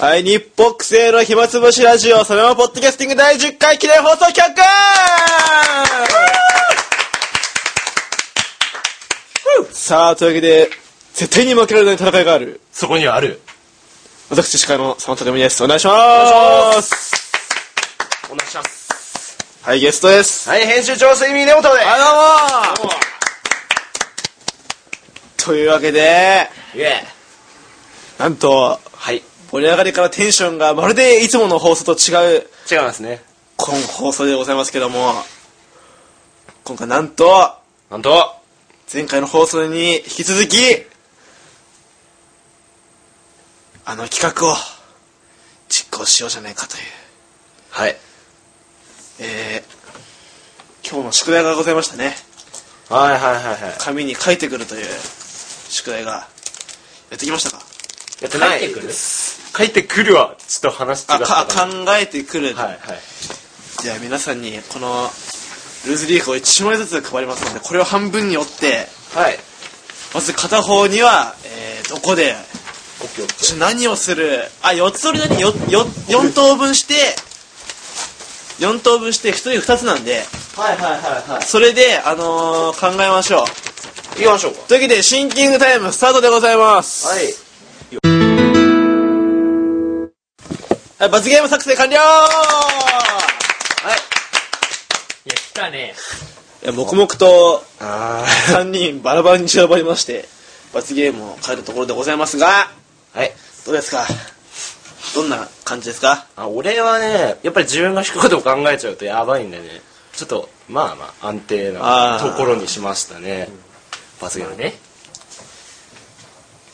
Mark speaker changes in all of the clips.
Speaker 1: はい、日北西の暇つぶしラジオ、そのままポッドキャスティング第10回記念放送企画さあ、というわけで、絶対に負けられない戦いがある。
Speaker 2: そこにはある。
Speaker 1: 私、司会のサマタデミです。お願いします
Speaker 2: お願いします。
Speaker 1: はい、ゲストです。
Speaker 2: はい、編集長、睡眠根本で。
Speaker 1: あ、どうもというわけで、
Speaker 2: イエ
Speaker 1: なんと、
Speaker 2: はい。違い
Speaker 1: 盛り上がりからテンションがまるでいつもの放送と違う
Speaker 2: ますね。
Speaker 1: 今放送でございますけども今回なんと
Speaker 2: なんと、
Speaker 1: 前回の放送に引き続きあの企画を実行しようじゃないかという、
Speaker 2: はい。
Speaker 1: えー今日の宿題がございましたね
Speaker 2: はいはいはいはい。
Speaker 1: 紙に書いてくるという宿題がやってきましたか
Speaker 2: やってないです。帰ってくるわ。ちょっと話違った
Speaker 1: あ
Speaker 2: かな
Speaker 1: か考えてくる、
Speaker 2: はいはい。
Speaker 1: じゃあ皆さんにこのルーズリーフを1枚ずつ配りますのでこれを半分に折って
Speaker 2: はい。
Speaker 1: まず片方には、えーどこで
Speaker 2: オッケーオッケ
Speaker 1: ちょ何をするあ四4つ折りだねよよ4等分して4等分して1人2つなんで
Speaker 2: ー。はいはいはいは
Speaker 1: それで、あのー考えましょう
Speaker 2: い。行きましょうか。
Speaker 1: というわけでシンキングタイムスタートでございます
Speaker 2: はい。
Speaker 1: はい、罰ゲーム作成完了
Speaker 2: はい。
Speaker 3: いや、来たね。
Speaker 1: いや黙々と
Speaker 2: あ
Speaker 1: 3人バラバラに散らばりまして罰ゲームを変えるところでございますが
Speaker 2: ー。はい。
Speaker 1: どうですかどんな感じですか
Speaker 2: あ、俺はね、やっぱり自分が弾くことを考えちゃうとやばいんでね。ちょっと、まあまあ、安定な
Speaker 1: あー
Speaker 2: ところにしましたね。罰ゲームね。
Speaker 3: ね。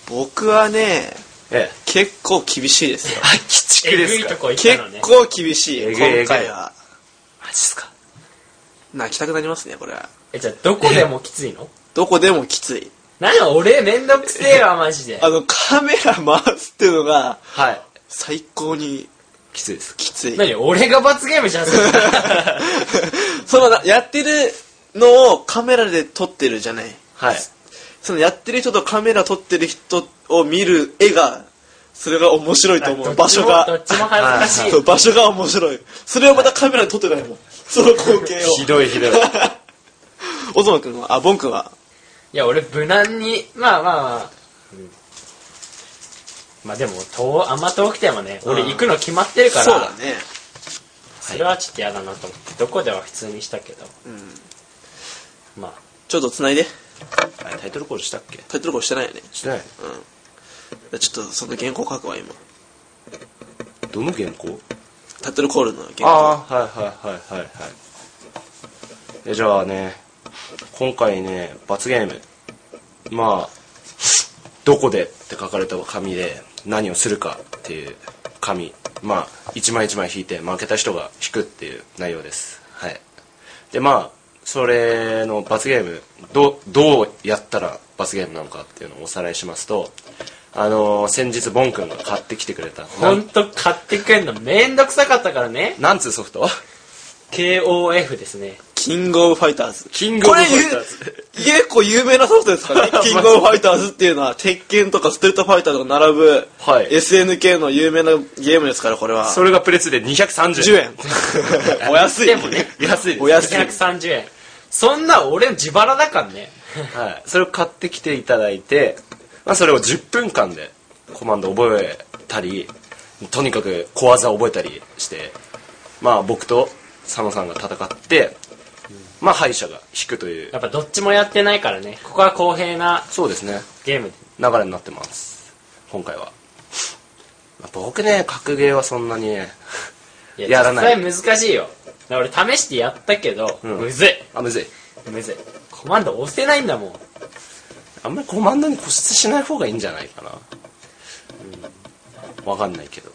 Speaker 1: 僕はね
Speaker 2: ええ。
Speaker 1: 結構厳しいですよ
Speaker 2: あ、鬼畜
Speaker 3: え
Speaker 2: で
Speaker 3: ぐい
Speaker 2: すか
Speaker 3: とこ行っ
Speaker 1: 結
Speaker 3: たのね。
Speaker 1: 構厳しい
Speaker 2: えぐい
Speaker 1: 今回は
Speaker 2: マジっすか
Speaker 1: 泣きたくなりますねこれは
Speaker 3: え、じゃあ、どこでもきついの
Speaker 1: どこでもきつい
Speaker 3: なんや、俺、めんどくせえわ、マジで。
Speaker 1: あのカメラ回すっていうのが
Speaker 2: はい。
Speaker 1: 最高に
Speaker 2: きついです。
Speaker 1: き つい
Speaker 3: 何俺が罰ゲームじゃん、それ
Speaker 1: そのやってるのをカメラで撮ってるじゃない
Speaker 2: はい。
Speaker 1: そのやってる人とカメラ撮ってる人を見る絵がそれが面白い と思う場所
Speaker 3: ど
Speaker 1: が
Speaker 3: っちも恥ずかし
Speaker 1: そ。
Speaker 3: いう
Speaker 1: 場所が面白いそれをまたカメラで撮ってないもんその光景を
Speaker 2: ひどいひどい。
Speaker 1: 小園君はあボン君はい
Speaker 3: や、俺、無難に、まあまあまあ。まあでも、遠、あんま遠くてもね、俺行くの決まってるから、
Speaker 1: そうだね
Speaker 3: それはちょっと嫌だなと思って、どこでは普通にしたけど、
Speaker 1: うん
Speaker 3: まあ、
Speaker 1: ちょっとつないで
Speaker 2: あれタイトルコールしたっけ
Speaker 1: タイトルコールしてないよね
Speaker 2: してない。
Speaker 1: ちょっとその原稿書くわ今
Speaker 2: どの原稿
Speaker 1: タイトルコールの原稿
Speaker 2: ああ、はいはいはいはいはい。えじゃあね、今回ね、罰ゲーム。まあ、どこでって書かれた紙で何をするかっていう紙。まあ、一枚一枚引いて負けた人が引くっていう内容です。はい。で、まあ、それの罰ゲーム、ど、どうやったら罰ゲームなのかっていうのをおさらいしますと、あのー先日、ボン君が買ってきてくれた、な
Speaker 3: ほん
Speaker 2: ん
Speaker 3: と買ってくんのめんどくさかったからね、
Speaker 2: なんつうソフト
Speaker 3: KOF ですね。
Speaker 1: キングオブファイターズ
Speaker 2: キングオブファイターズ
Speaker 1: これゆ結構有名なソフトです からねキングオブファイターズっていうのは鉄拳とかストリートファイターとか並ぶ、
Speaker 2: はい
Speaker 1: SNK の有名なゲームですからこれは
Speaker 2: それがプレスで230
Speaker 1: 10円 お安い
Speaker 3: でもね
Speaker 2: 安いです
Speaker 1: お安い
Speaker 3: 130円そんな俺自腹だからね
Speaker 2: はい、それを買ってきていただいて、まあ、それを10分間でコマンド覚えたりとにかく小技を覚えたりして、まあ、僕と佐野さんが戦って、まあ、敗者が引くという
Speaker 3: やっぱどっちもやってないからねここは公平な
Speaker 2: そうですね
Speaker 3: ゲームで
Speaker 2: 流れになってます今回は、まあ僕ね格ゲーはそんなにね
Speaker 3: い
Speaker 2: やらない
Speaker 3: 実際難しいよだから俺試してやったけど、
Speaker 2: ん
Speaker 3: むずい
Speaker 2: あむずい
Speaker 3: むずいコマンド押せないんだもん
Speaker 2: あんまりコマンドに固執しない方がいいんじゃないかな。うん。わかんないけど。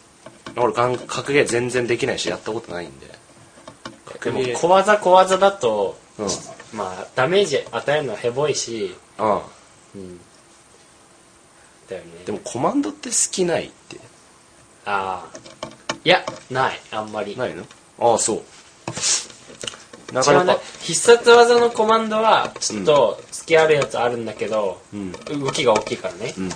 Speaker 2: 俺、ガン格ゲー全然できないし、やったことないんで。
Speaker 3: で
Speaker 2: 格
Speaker 3: も
Speaker 2: ゲー。
Speaker 3: 小技小技だと
Speaker 2: うん。うん。
Speaker 3: まあダメージ与えるのはヘボいしだよね
Speaker 2: でも、コマンドって好きないって。
Speaker 3: ああいやないあんまり
Speaker 2: ないのああ、そう。なか
Speaker 3: 違う
Speaker 2: な
Speaker 3: ね
Speaker 2: か。
Speaker 3: 必殺技のコマンドはちょっと隙あるやつあるんだけど、
Speaker 2: ん
Speaker 3: 動きが大きいからね、
Speaker 2: ん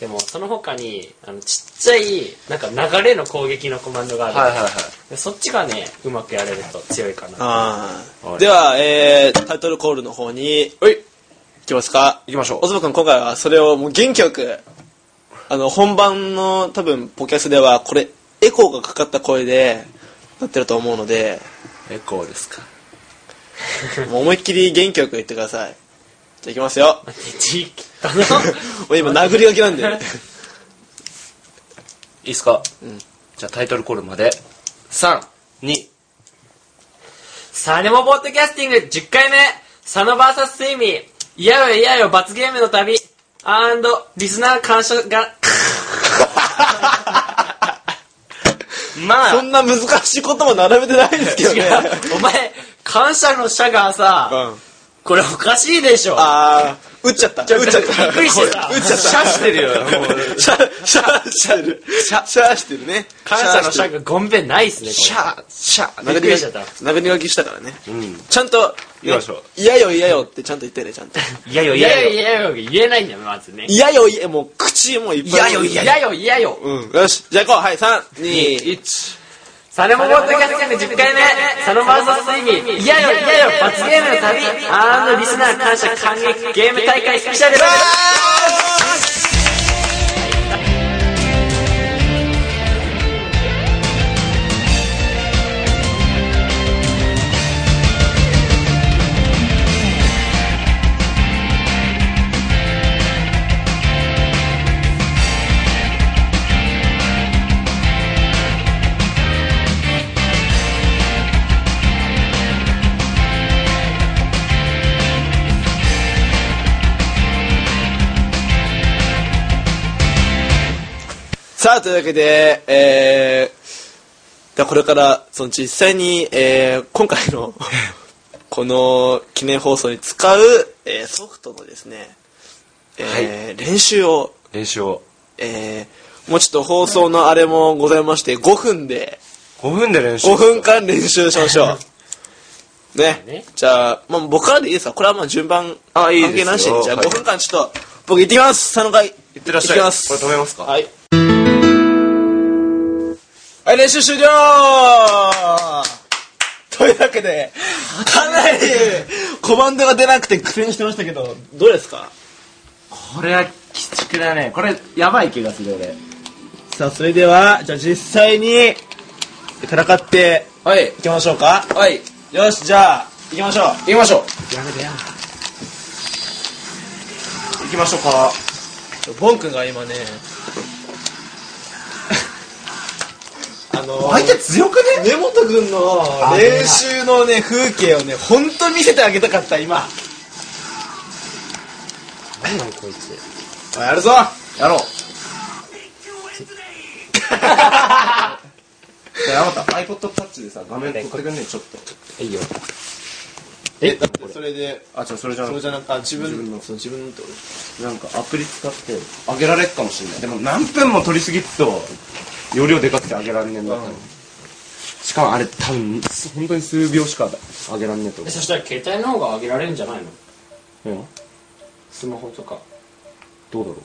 Speaker 3: でもその他にあのちっちゃいなんか流れの攻撃のコマンドがある、
Speaker 2: はいはいはい
Speaker 3: でそっちがねうまくやれると強いかな
Speaker 1: あ
Speaker 2: は
Speaker 1: ー
Speaker 2: い
Speaker 1: では、えー、タイトルコールの方にい
Speaker 2: はい
Speaker 1: きますか
Speaker 2: 行きましょう
Speaker 1: おつぼくん今回はそれをもう元気よくあの本番の多分ポキャスではこれエコーがかかった声でなってると思うので
Speaker 2: エコーですか
Speaker 1: もう思いっきり元気よく言ってくださいじゃあいきますよ
Speaker 3: 地域だな
Speaker 1: 俺今殴り書きなんで
Speaker 2: いいっすか、じゃあタイトルコールまで32
Speaker 3: サネモポッドキャスティング10回目サノ VS スイミーいやよいやよ罰ゲームの旅アンドリスナー感謝がまあ
Speaker 1: そんな難しいことも並べてないんですけど
Speaker 3: 違
Speaker 1: ね
Speaker 3: うお前感謝の社がさ、
Speaker 1: うん
Speaker 3: これおかしいでしょ
Speaker 1: あー打っちゃった打っちゃった
Speaker 3: びっくりしてた
Speaker 1: これ打っちゃった
Speaker 2: シャしてるよもう
Speaker 1: シャシャシャしてるシャシャしてるね
Speaker 3: 感謝の社がごんべんないっすねこれ
Speaker 1: シャシャ
Speaker 3: びっくりしちゃった
Speaker 1: 殴り書きしたからね
Speaker 2: うん
Speaker 1: ちゃんと
Speaker 2: 言いましょう
Speaker 1: 嫌よ嫌よってちゃんと言ってねちゃんと
Speaker 2: いやよ
Speaker 3: いやいやいやよ言えないんだよまずね
Speaker 1: 嫌よ嫌もう口もういっぱい
Speaker 3: いやよいやよ
Speaker 1: うんよしじゃあ行こうはい321
Speaker 3: サネモボッドキャスティング10回目サノバーサス意味いやよいやよ罰ゲームの旅アンドリスナー感謝感激ゲーム大会スペシャル
Speaker 1: さあというわけでえーじゃあこれからその実際にえー今回のこの記念放送に使うえーソフトのですねえー練習を
Speaker 2: 練習を
Speaker 1: えーもうちょっと放送のあれもございまして5分で
Speaker 2: 5分で練習
Speaker 1: 5分間練習しましょう ね
Speaker 3: ね
Speaker 1: じゃあ、まあ、僕からでいいですかこれはまあ順番
Speaker 2: あいい
Speaker 1: 関
Speaker 2: で
Speaker 1: 係
Speaker 2: すよ
Speaker 1: なしにじゃあ
Speaker 2: はい
Speaker 1: 5分間ちょっと僕行ってきます3回行
Speaker 2: いってらっしゃい
Speaker 1: きます
Speaker 2: これ止めますか
Speaker 1: はいはい練習終了というわけでかなりコマンドが出なくて苦戦してましたけどどうですか
Speaker 4: これは鬼畜だねこれやばい気がする俺
Speaker 1: さあそれではじゃあ実際に戦って
Speaker 4: はい
Speaker 1: いきましょうか
Speaker 4: はい
Speaker 1: よしじゃあ行きましょう
Speaker 4: 行きましょう
Speaker 2: 行きましょうか
Speaker 1: ボン君が今ねあのー、
Speaker 4: 強くね
Speaker 1: 根本君の練習のね風景をね本当見せてあげたかった今
Speaker 3: 何なんこいつ
Speaker 1: おいやるぞ
Speaker 4: やろ う
Speaker 2: やばかった iPod タッチでさ画面撮ってくんねちょっと
Speaker 3: いいよ
Speaker 1: えだってそれで
Speaker 2: あじゃあそれじゃ
Speaker 1: そ
Speaker 2: な
Speaker 1: れ
Speaker 2: く
Speaker 1: じゃなんか自分
Speaker 2: 自分の
Speaker 1: その自分のってこ
Speaker 2: なんかアプリ使って上げられっかもしんないでも何分も撮りすぎっと容量でかくて上げらんねえんだ多分しかもあれ多分本当に数秒しか上げらんねえと思
Speaker 3: そしたら携帯の方が上げられるんじゃないの
Speaker 2: ううん
Speaker 3: スマホとか
Speaker 2: どうだろ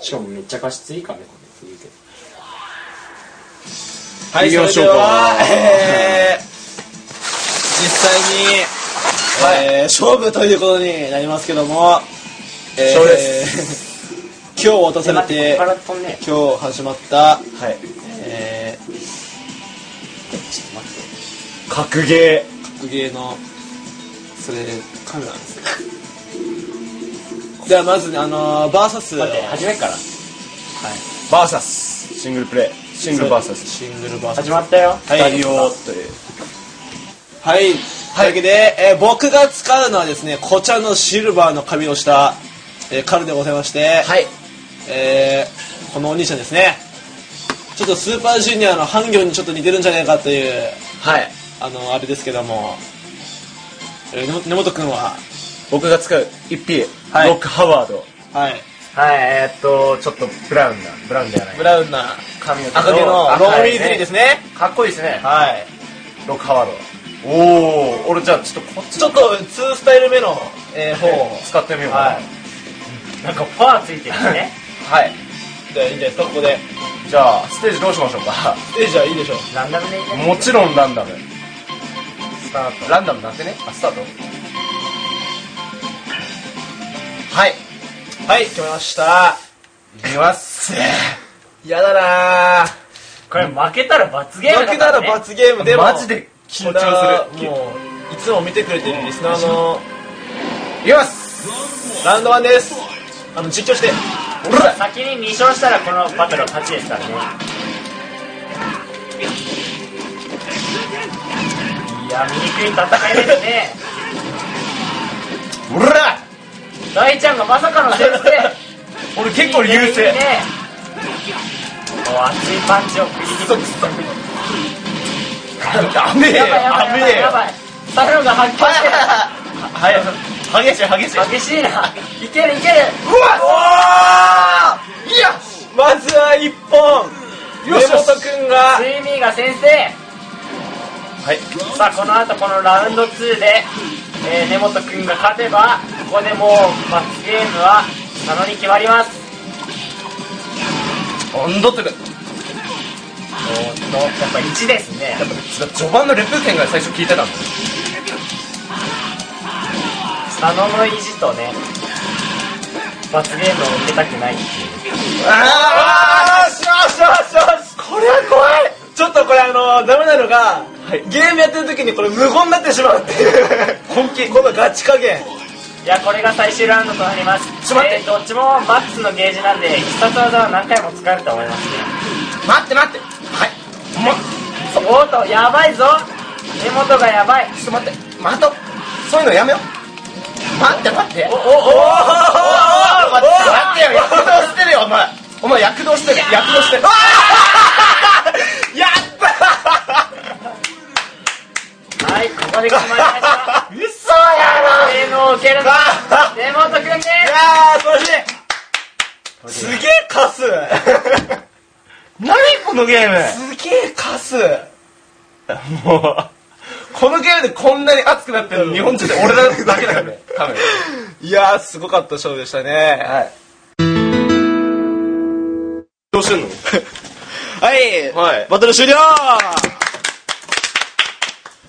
Speaker 2: う
Speaker 3: しかもめっちゃ画質いいからねこれ言うけど
Speaker 1: とはい
Speaker 2: 行きましょうか
Speaker 1: それではえー、実際に、えー勝負ということになりますけども、え
Speaker 2: 勝負です
Speaker 1: 今日落とされ
Speaker 3: え
Speaker 1: て
Speaker 3: 待ってここから飛んね
Speaker 1: 今日始まった、
Speaker 2: はい
Speaker 1: えー、
Speaker 2: 格ゲ
Speaker 1: 格ゲーのそれカメラなんですじゃあまずねあのー、バーサス
Speaker 3: 待って初めから
Speaker 2: ーバーサスシングルプレイシングルバーサス
Speaker 1: シングルバーサス
Speaker 3: 始まったよ
Speaker 1: はい
Speaker 2: 対応という
Speaker 1: はい、というわけで、えー僕が使うのはですねこちらのシルバーの髪をした、えー、カルでございまして、
Speaker 4: はい
Speaker 1: えーこのお兄ちゃんですねちょっとスーパージュニアのハンギョンにちょっと似てるんじゃないかという
Speaker 4: はい
Speaker 1: あのあれですけども、えー根本根本君は
Speaker 4: 僕が使う 1P、
Speaker 1: はい
Speaker 4: ロックハワード
Speaker 1: はい
Speaker 4: はいえー、っとちょっとブラウンなブラウンじゃない
Speaker 1: ブラウンな
Speaker 4: 髪の
Speaker 1: 赤毛のロンウィーズリーですすね
Speaker 4: かっこいいですね
Speaker 1: はい
Speaker 4: ロックハワードおお俺じゃあちょっとこっち
Speaker 1: ちょっと2スタイル目の、えー方を
Speaker 4: 使ってみようかな、
Speaker 1: はい
Speaker 3: なんかパーついてるね
Speaker 2: はい
Speaker 1: じゃあいいんじゃないですかここで
Speaker 2: じゃあステージどうしましょうか
Speaker 1: えじゃあいいでしょう
Speaker 3: ランダムでいいね
Speaker 2: もちろんランダム
Speaker 3: スタート
Speaker 2: ランダムなってねあスタートはい
Speaker 1: はい決めました
Speaker 2: いきます
Speaker 1: 嫌だなぁ
Speaker 3: これ負けたら罰ゲーム
Speaker 1: 負
Speaker 3: だ
Speaker 1: け
Speaker 3: か
Speaker 1: た
Speaker 3: ら、
Speaker 1: ら
Speaker 3: ね、
Speaker 1: 罰ゲームでも
Speaker 2: マジで緊
Speaker 1: これは
Speaker 2: 張する
Speaker 1: もういつも見てくれてるリスナーの
Speaker 2: いきます
Speaker 1: ラウンドワンですあの実況して
Speaker 3: 先に2勝したらこのバトルは勝ちですからねいや醜い戦いですね
Speaker 2: おら
Speaker 3: 大ちゃんがまさかの先生
Speaker 2: 俺結構優勢
Speaker 3: いいねいいねもう熱いパンチを繰り広げて
Speaker 2: ダメえよ
Speaker 3: やばいやばいやばいやばいサルが発狂 し
Speaker 2: はい激しい激しい
Speaker 3: てる激しいないけるいける
Speaker 1: まずは一本根
Speaker 2: よし
Speaker 1: 本君が
Speaker 3: スイミーが先生はいさあこの後このラウンド2で、えー根本くんが勝てばここでもう罰ゲームは佐野に決まります
Speaker 2: 温度ってか
Speaker 3: おーっとやっぱ1ですね
Speaker 2: 序盤のレプーケンが最初聞いてたもん
Speaker 3: 佐野の意地とね罰ゲームを受けたくないっていう
Speaker 1: あーしよしよしよしこれは怖いちょっとこれあのダメなのが、ゲームやってる時にこれ無言になってしまうっていう本気このガチ加減
Speaker 3: いやこれが最終ラウンドとなります
Speaker 2: ちょっと待って
Speaker 3: えーどっちもマックスのゲージなんで必殺技は何回も使えると思いますね
Speaker 2: 待って待ってはいまち
Speaker 3: おーっとやばいぞ根本がやばい
Speaker 2: ょっと待って待とうそういうのやめよう待って待って
Speaker 3: おおおお
Speaker 2: おーおーおー待ってよ躍動してるよお前お前躍動してる躍動してるや
Speaker 3: はい、ここで決まりました。
Speaker 2: った嘘やろ
Speaker 3: ゲームを受けるのは根本くんです。
Speaker 1: あー素晴らしいすげえカス
Speaker 2: 何このゲー
Speaker 1: すげえカス
Speaker 2: ムもうこのゲームでこんなに熱くなってるの日本中で俺らだけだからね多分
Speaker 1: いやーすごかった勝負でした ね
Speaker 2: はいどうしてんの
Speaker 1: はい、
Speaker 2: はい
Speaker 1: バトル終了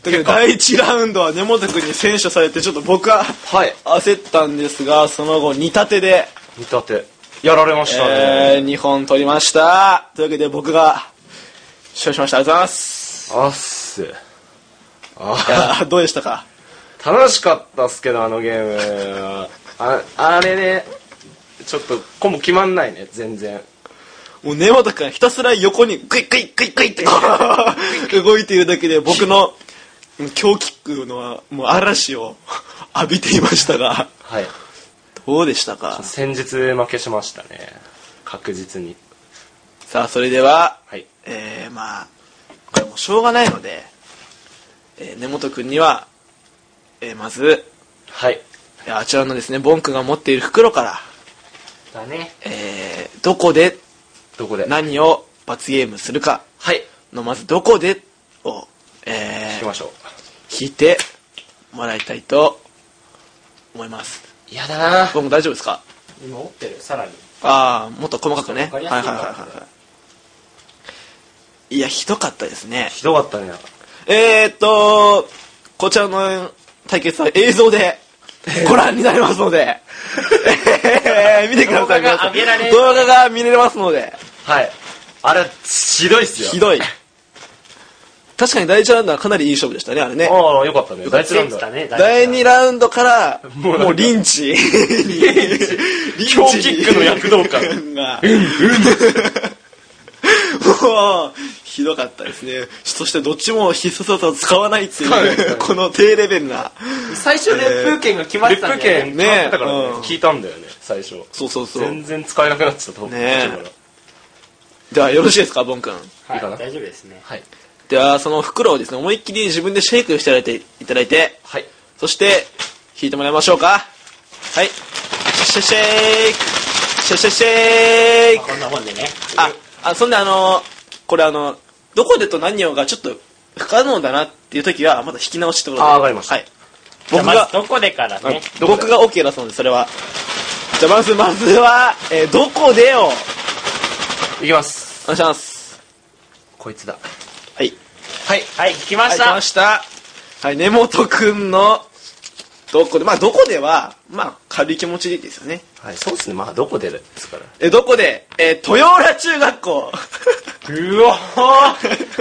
Speaker 1: ということで第1ラウンドは根本君に選手されてちょっと僕は
Speaker 2: はい
Speaker 1: 焦ったんですがその後2立てで、
Speaker 2: 見立てやられましたね、
Speaker 1: え2本取りましたというわけで僕が勝利しましたありがとうございます
Speaker 2: あっせあ
Speaker 1: いやー どうでしたか
Speaker 2: 楽しかったっすけどあのゲームああれねちょっとコンボ決まんないね全然
Speaker 1: もう根本君がひたすら横にグイグイグイグイってこ う動いているだけで僕の強キックのもう嵐を浴びていましたが
Speaker 2: はい
Speaker 1: どうでしたか
Speaker 2: 先日負けしましたね確実に
Speaker 1: さあそれでは
Speaker 2: はい
Speaker 1: えー、まあこれもうしょうがないので、えー根本君には、えーまず
Speaker 2: はい
Speaker 1: えーあちらのですねボン君が持っている袋から、
Speaker 3: だね。
Speaker 1: えーどこで
Speaker 2: どこで
Speaker 1: 何を罰ゲームするか
Speaker 2: はい
Speaker 1: のまず「どこで」を、え
Speaker 2: 行き
Speaker 1: ー
Speaker 2: ましょ
Speaker 1: 聞いてもらいたいと思います
Speaker 2: うやだな
Speaker 1: ボン君大丈夫ですか
Speaker 3: 今折ってる、さらに。
Speaker 1: ああもっと細かくね
Speaker 3: わか
Speaker 1: はい
Speaker 3: り
Speaker 1: はいは
Speaker 3: や
Speaker 1: い
Speaker 3: す
Speaker 1: は
Speaker 3: い
Speaker 1: いはいいやひどかったですね
Speaker 2: ひどかったね
Speaker 1: えー、っと、こちらの対決は映像でご覧になれますので、えー見てください、
Speaker 3: 動
Speaker 1: 皆
Speaker 3: 画が
Speaker 1: さん。
Speaker 3: 上げられる
Speaker 1: 動画が見れますので、
Speaker 2: はいあれひどいっすよ
Speaker 1: ひどい。確かに第1ラウンドはかなりいい勝負でしたね、あれね。
Speaker 2: ああよかったね第一ラウンド
Speaker 3: だね、
Speaker 1: 第2ラウンドから、
Speaker 2: もうなんか
Speaker 1: もうリンチ。リンチ
Speaker 2: 強キックの躍動感
Speaker 1: が。もう、ひどかったですね。そしてどっちも必殺技を使わないっていう、この低レベルな。
Speaker 5: 最初ね、風景が決まっ
Speaker 2: レ
Speaker 5: て
Speaker 2: ッ
Speaker 5: たん
Speaker 2: プ
Speaker 5: だよね
Speaker 2: 券買ってたからね
Speaker 1: ねうん
Speaker 2: 聞いたんだよね最初
Speaker 1: そうそうそう。
Speaker 2: 全然使えなくなってたと思って
Speaker 1: ね
Speaker 2: 途中から
Speaker 1: ではよろしいですかボン君
Speaker 3: はい
Speaker 2: いかな
Speaker 3: 大丈夫ですね。
Speaker 2: はい
Speaker 1: ではその袋をですね思いっきり自分でシェイクしていただいていただいて
Speaker 2: はい
Speaker 1: そして引いてもらいましょうかはいシェシェイクシェシェシェイク
Speaker 3: こんなもんでね。
Speaker 1: ああそんであのこれあのどこでと何をがちょっと不可能だなっていう時はまた引き直しってことで
Speaker 2: あわかりました
Speaker 1: はい、
Speaker 3: じゃあ
Speaker 1: 僕
Speaker 3: ま
Speaker 1: が
Speaker 3: ずどこでからね。
Speaker 1: 僕が OK だそうですそれはじゃあまずまずは、えーどこでをお
Speaker 2: いきます
Speaker 1: 願いします
Speaker 2: こいつだ
Speaker 1: はい
Speaker 2: はい
Speaker 6: はい、聞きま
Speaker 1: はい
Speaker 6: し
Speaker 1: 来
Speaker 6: た。
Speaker 1: ましたはい根本くんのどこでまあどこではまあ軽い気持ちでいいですよね
Speaker 2: はいそうですねまあどこでですから
Speaker 1: えどこでえー豊浦中学校
Speaker 6: うおー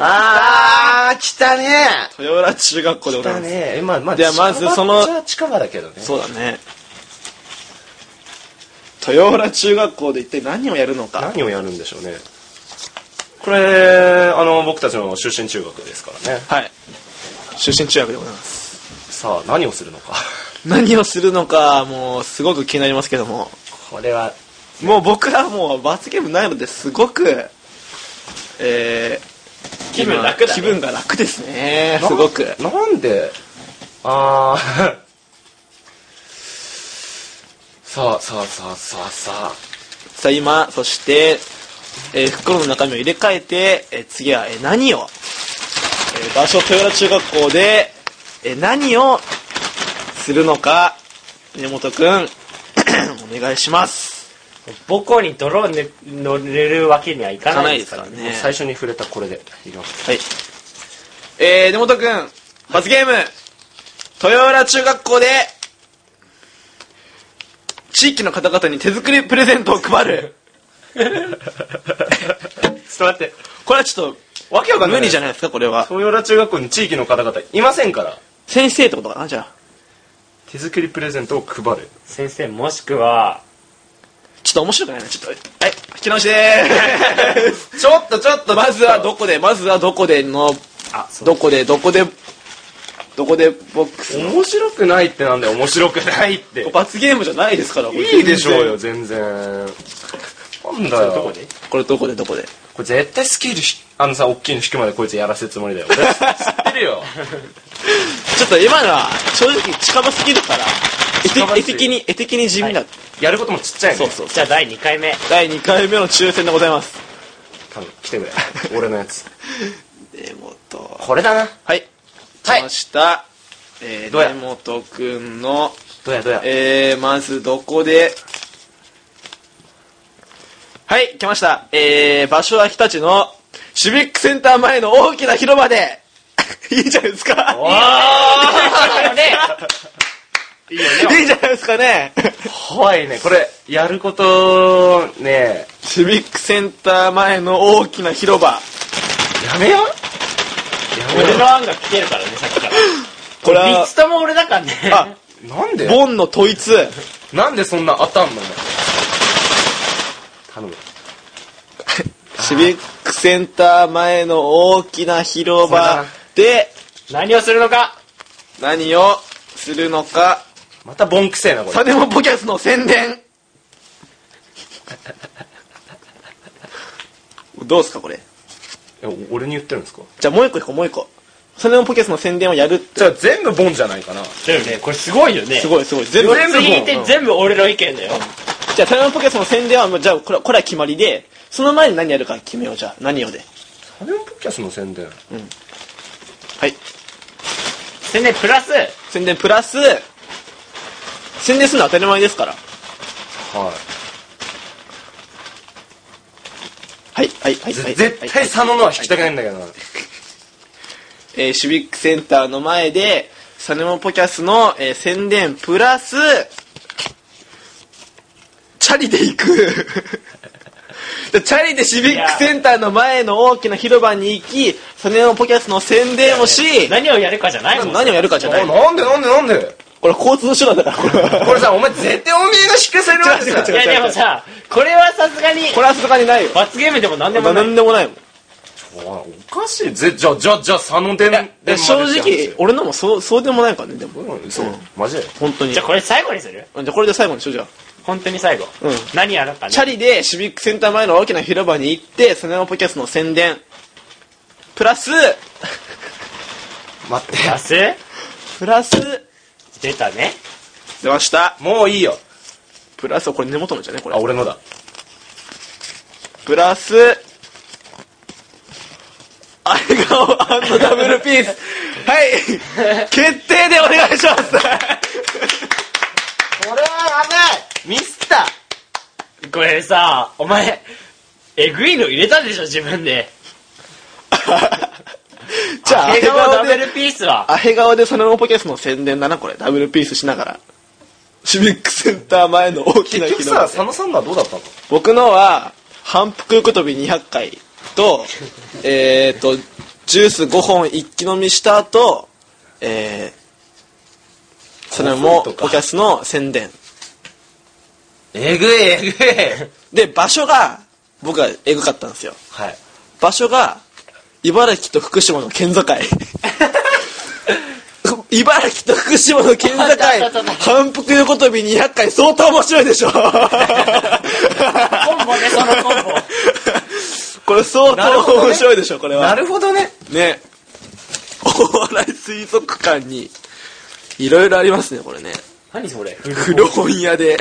Speaker 2: ああ来たね
Speaker 1: 豊浦中学校でご
Speaker 2: 来
Speaker 1: ざい
Speaker 2: た
Speaker 1: ます、
Speaker 2: ねえまあまあ
Speaker 1: ではまずその
Speaker 2: 近場っちゃ近場だけどね
Speaker 1: そうだね豊浦中学校で一体何をやるのか
Speaker 2: 何をやるんでしょうねこれあの僕たちの出身中学ですからね
Speaker 1: はい出身中学でございます
Speaker 2: さあ何をするのか
Speaker 1: 何をするのかもうすごく気になりますけども
Speaker 2: これは
Speaker 1: もう僕らはもう罰ゲームないのですごくえー、
Speaker 6: 気分楽だね
Speaker 1: 今気分が楽ですねすごく
Speaker 2: ななんでああさあさあさあさあさあ
Speaker 1: さあ今そして、えー袋の中身を入れ替えて、えー次は、えー何を、えー、場所豊田中学校で、えー何をするのか根本くん お願いします
Speaker 6: 母校に泥を塗塗れるわけにはいか
Speaker 1: か
Speaker 6: な
Speaker 1: ないい
Speaker 6: で
Speaker 1: ですす
Speaker 6: か
Speaker 1: からら
Speaker 6: ね。
Speaker 1: ね
Speaker 2: 最初に触れたこれでいき ます
Speaker 1: はいえー根本くん罰ゲーム豊浦中学校で地域の方々に手作りプレゼントを配る
Speaker 2: ちょっと待って
Speaker 1: これはちょっとわけわかんない無理じゃないですかこれは
Speaker 2: 豊浦中学校に地域の方々いませんから
Speaker 1: 先生ってことかなじゃあ
Speaker 2: 手作りプレゼントを配る
Speaker 6: 先生、もしくは、
Speaker 1: ちょっと面白くないな、ちょっと。はい、引き直しでーす。
Speaker 2: ちょっとちょっと
Speaker 1: まずはどこで、まずはどこでの、
Speaker 2: あそう
Speaker 1: どこで、どこで、どこでボックス。
Speaker 2: 面白くないってなんだよ面白くないって
Speaker 1: 罰ゲームじゃないですから、これ
Speaker 2: いいでしょうよ。全然なんだよ
Speaker 6: どこで
Speaker 1: これどこで、どこで。
Speaker 2: これ絶対スキルひあのさ大きいの引くまでこいつやらせるつもりだよ俺知ってる よ
Speaker 1: ちょっと今のは、正直近場すぎるから、
Speaker 2: 近場
Speaker 1: 絵
Speaker 2: す
Speaker 1: 的絵
Speaker 2: ぎ
Speaker 1: 的に、絵的に地味だ、
Speaker 2: やることもちっちゃい
Speaker 1: そ
Speaker 2: ね
Speaker 1: うそうそう。
Speaker 6: じゃあ第2回目。
Speaker 1: 第2回目の抽選でございます。
Speaker 2: 多分来てくれ 俺のやつ
Speaker 1: 根本。
Speaker 2: これだな
Speaker 1: はい。
Speaker 2: はい
Speaker 1: 来ました。えー、
Speaker 2: どうや
Speaker 1: 根本くんの、
Speaker 2: どうやどうや
Speaker 1: えー、まずどこではい、来ました。えー、場所は日立のシビックセンター前の大きな広場で いいじゃないですか
Speaker 2: いいよね
Speaker 1: いいじゃないですかね
Speaker 2: 怖いねこれやることね
Speaker 1: シビックセンター前の大きな広場。
Speaker 2: やめようや
Speaker 6: 俺の案が来てるからね、さっきから。
Speaker 1: これ
Speaker 6: 3
Speaker 1: は
Speaker 6: つ、とも俺だからね。
Speaker 1: あ、
Speaker 2: めようなんで
Speaker 1: ボンの統一。
Speaker 2: なんでそんな当たんの頼む
Speaker 1: シビックセンター前の大きな広場で
Speaker 6: 何をするのか
Speaker 1: 何をするのか。
Speaker 2: またボンくせえなこ
Speaker 1: サ
Speaker 2: れ
Speaker 1: デモポキャスの宣伝 どうすかこれ
Speaker 2: えお俺に言ってるんですか
Speaker 1: じゃあもう一個引こうもう一個サデモポキャスの宣伝をやるって
Speaker 2: じゃあ全部ボンじゃないかな
Speaker 6: でもね、これすごいよね
Speaker 1: す。ごいすごい全部
Speaker 6: 俺次にて全部俺の意見だよ。
Speaker 1: じゃあサデモポキャスの宣伝はもうじゃあこれこれは決まりでその前に何やるか決めようじゃあ何をで
Speaker 2: サデンポッキャスの宣伝
Speaker 1: はい
Speaker 6: 宣伝プラス、
Speaker 1: 宣伝プラス宣伝するのは当たり前ですから
Speaker 2: は
Speaker 1: はいはいはい
Speaker 2: いぜ
Speaker 1: はい
Speaker 2: 絶対佐野のは引きたくないんだけどな
Speaker 1: えーシビックセンターの前で、サネモポキャスの、えー宣伝プラス、チャリで行 く。でチャリでシビックセンターの前の大きな広場に行き、サネモポキャスの宣伝をし、
Speaker 6: 何をやるかじゃないもん。
Speaker 1: 何をやるかじゃない
Speaker 2: おなんでなんでなんで
Speaker 1: これ交通手段だから、これは。
Speaker 2: これさお前絶対おめえが引かせるわけ
Speaker 1: 違う違う違う
Speaker 2: さ
Speaker 6: いやでもさ、これはさすがに、
Speaker 1: これはさすがにないよ。
Speaker 6: 罰ゲームでも何でもない。
Speaker 1: 何でもないもん。
Speaker 2: おいおかしいぜじゃあじゃあじゃあ佐野伝
Speaker 1: で正直、俺のもそう、そうでもないからね、でも。
Speaker 2: そうマジで
Speaker 1: 本当に。
Speaker 6: じ
Speaker 1: じ
Speaker 6: ゃあこれ最後にする
Speaker 1: ゃあこれで最後にしよう、じゃあ。
Speaker 6: 本当に最後。
Speaker 1: うん
Speaker 6: 何やるかね。
Speaker 1: チャリでシビックセンター前の大きな広場に行って、サネモポキャスの宣伝。プラス、
Speaker 2: 待って
Speaker 6: プラス
Speaker 1: プラス、
Speaker 6: 出たね。
Speaker 1: 出ました。
Speaker 2: もういいよ
Speaker 1: プラス、これ根元のじゃね、こ
Speaker 2: あ
Speaker 1: れ。
Speaker 2: 俺のだ
Speaker 1: プラス、あれが、アンドダブルピ ース。はい。決定でお願いします。
Speaker 2: これはやばいミス
Speaker 3: たこれさ、お前、えぐいの入れたでしょ、自分で。
Speaker 1: じゃあ、ア
Speaker 3: 映
Speaker 1: ヘ
Speaker 3: 画のダ
Speaker 1: 顔
Speaker 3: ブ
Speaker 1: で、
Speaker 3: ルピースは。
Speaker 1: アヘ顔でサナノポケスの宣伝だな、これ。ダブルピースしながら。シビックセンター前の大きな木
Speaker 2: 結
Speaker 1: の
Speaker 2: 局さ佐野さんのはどうだったの
Speaker 1: 僕のは反復横跳び200回 とえっとジュース5本一気飲みした後えーそれも
Speaker 2: とか
Speaker 1: ポキャスの宣伝
Speaker 2: えぐいえぐい
Speaker 1: で場所が僕はエグかったんですよ
Speaker 2: はい
Speaker 1: 場所が茨城と福島の県 境茨城と福島の県境反復横跳び200回相当面白いでしょコンボねそのコンボこれ相当面白いでしょこれは
Speaker 2: るほどね
Speaker 1: ねお笑い水族館にいろいろありますねこれね
Speaker 3: 何それ
Speaker 1: 古本屋で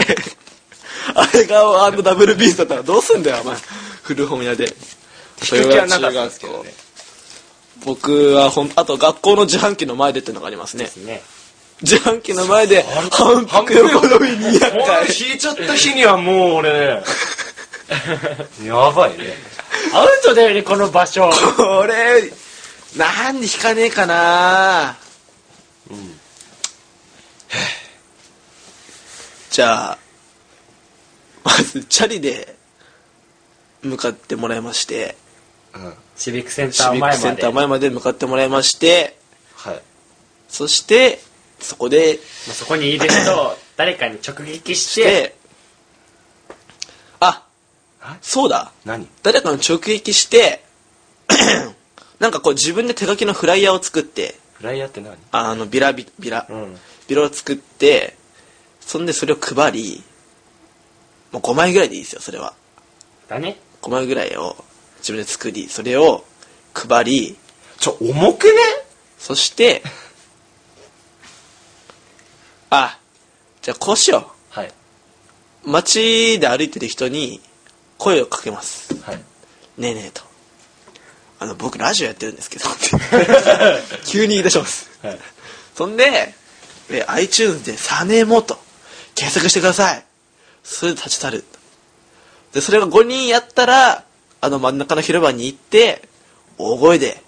Speaker 1: あれがダブルビースだったらどうすんだよお前古本屋で
Speaker 2: 引く気はなかったんですけどね
Speaker 1: 僕はほんあと学校の自販機の前でっていうのがありますね
Speaker 3: ね
Speaker 1: 自販機の前で反復横跳び200回
Speaker 2: 引いちゃった日にはもう俺 やばいね
Speaker 3: アウトだよね、この場所。
Speaker 1: これなんで引かねえかなじゃあまずチャリで向かってもらいまして
Speaker 3: シビックセンタ
Speaker 1: シ
Speaker 3: ー
Speaker 1: ビックセンター
Speaker 3: 前
Speaker 1: 前ま
Speaker 3: まで。
Speaker 1: で向かってもらいまして
Speaker 2: はい
Speaker 1: そしてそこで
Speaker 3: そこにいる人を誰かに直撃して、
Speaker 1: であ
Speaker 2: はい
Speaker 1: そうだ
Speaker 2: 何
Speaker 1: 誰かの直撃して なんかこう自分で手書きのフライヤーを作って
Speaker 2: フライヤーって何
Speaker 1: あのビラビビラ、
Speaker 2: ん
Speaker 1: ビラを作ってそんでそれを配りもう5枚ぐらいでいいですよそれは
Speaker 3: だね。
Speaker 1: 5枚ぐらいを自分で作りそれを配り
Speaker 2: ちょ重くね
Speaker 1: そしてあじゃあこうしよ
Speaker 2: はい、
Speaker 1: う街で歩いてる人に声をかけます
Speaker 2: はい、
Speaker 1: ねえねえと。あの、僕ラジオやってるんですけど、急に言い出します。
Speaker 2: はい
Speaker 1: そんで、え iTunes でサネモと検索してください。それで立ち去る。で、それが5人やったら、あの真ん中の広場に行って、大声で、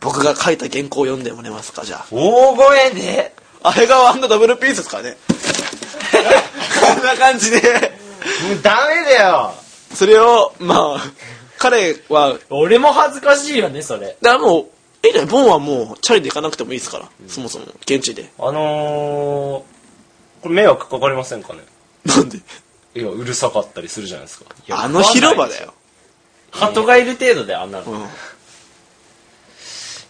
Speaker 1: 僕が書いた原稿を読んでもらえますか、じゃあ。
Speaker 2: 大声で
Speaker 1: あれがワンダダブルピースですからね。こんな感じで、
Speaker 2: もうダメだよ
Speaker 1: それを、まあ、彼は
Speaker 3: 俺も恥ずかしいよね、それ。
Speaker 1: だからもう、えらい、ボンはもう、チャリで行かなくてもいいですから、そもそも、現地で。
Speaker 2: あのー、これ迷惑かかりませんかね
Speaker 1: なんで
Speaker 2: いやうるさかったりするじゃないですか
Speaker 1: あの広場だよ。
Speaker 3: 鳩がいる程度だよ、あんなの。
Speaker 1: うん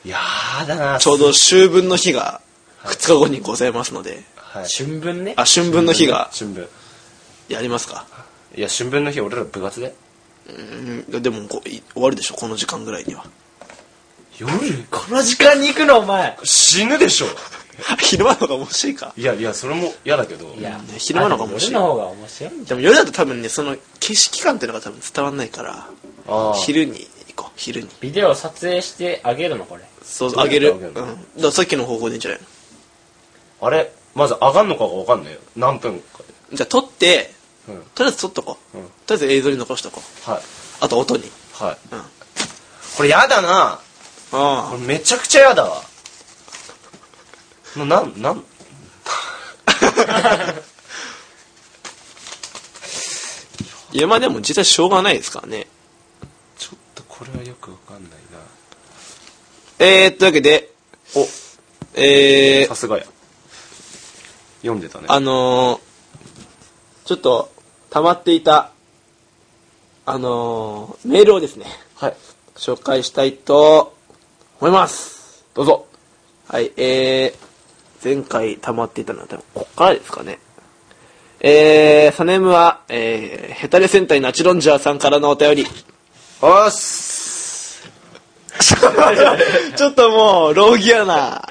Speaker 2: いやーだな
Speaker 1: ちょうど秋分の日が、2日後にございますので、
Speaker 2: はい
Speaker 3: 春分ね。
Speaker 1: あ、春分の日が、
Speaker 2: 春分
Speaker 1: やりますか。
Speaker 2: いや春分の日俺ら部活で
Speaker 1: うん、でもこう、い終わるでしょ、この時間ぐらい には。
Speaker 2: 夜か
Speaker 3: この時間に行くの、お前。
Speaker 2: 死ぬでしょ
Speaker 1: 昼間の方が面白いか。
Speaker 2: いやいやそれも嫌だけど
Speaker 3: いや
Speaker 1: ね、昼間の方が面
Speaker 3: 俺
Speaker 1: 白い
Speaker 3: の。方が面白いんじ
Speaker 1: でも夜だと多分ね、その、景色感っていうのが多分伝わんないから、
Speaker 2: あー
Speaker 1: 昼に行こう、昼に。
Speaker 3: ゃん。ビデオ撮影してあげるの、これ。
Speaker 1: そう、
Speaker 2: どうや
Speaker 1: あ
Speaker 2: って
Speaker 1: げる。
Speaker 2: あ
Speaker 1: う
Speaker 2: げる
Speaker 1: ん。だからさっきの方法でいいんじゃないの
Speaker 2: あれまず上がんのかが分かんないよ何分か
Speaker 1: じゃあ、撮って、
Speaker 2: でうん
Speaker 1: とりあえず撮っとこう。
Speaker 2: うん
Speaker 1: とりあえず映像に残しとこう。
Speaker 2: はい
Speaker 1: あと音に。
Speaker 2: はい、
Speaker 1: うん
Speaker 2: これやだなこ
Speaker 1: あ
Speaker 2: れめちゃくちゃやだわななんなん
Speaker 1: あ。いや、まあでも実際しょうがないですからね。
Speaker 2: ちょっとこれはよく分かんないな
Speaker 1: えー、というわけで、
Speaker 2: お
Speaker 1: え
Speaker 2: さ
Speaker 1: ー、
Speaker 2: すがや読んでたね
Speaker 1: あのー、ちょっと、溜まっていた、あのー、メールをですね、
Speaker 2: はい
Speaker 1: 紹介したいと思います。
Speaker 2: どうぞ
Speaker 1: はい、えー、前回溜まっていたのは多分、こっからですかね。えー、サネムは、えー、ヘタレ戦隊ナチロンジャーさんからのお便り。
Speaker 2: おーっす
Speaker 1: ちょっともう、ローギアな。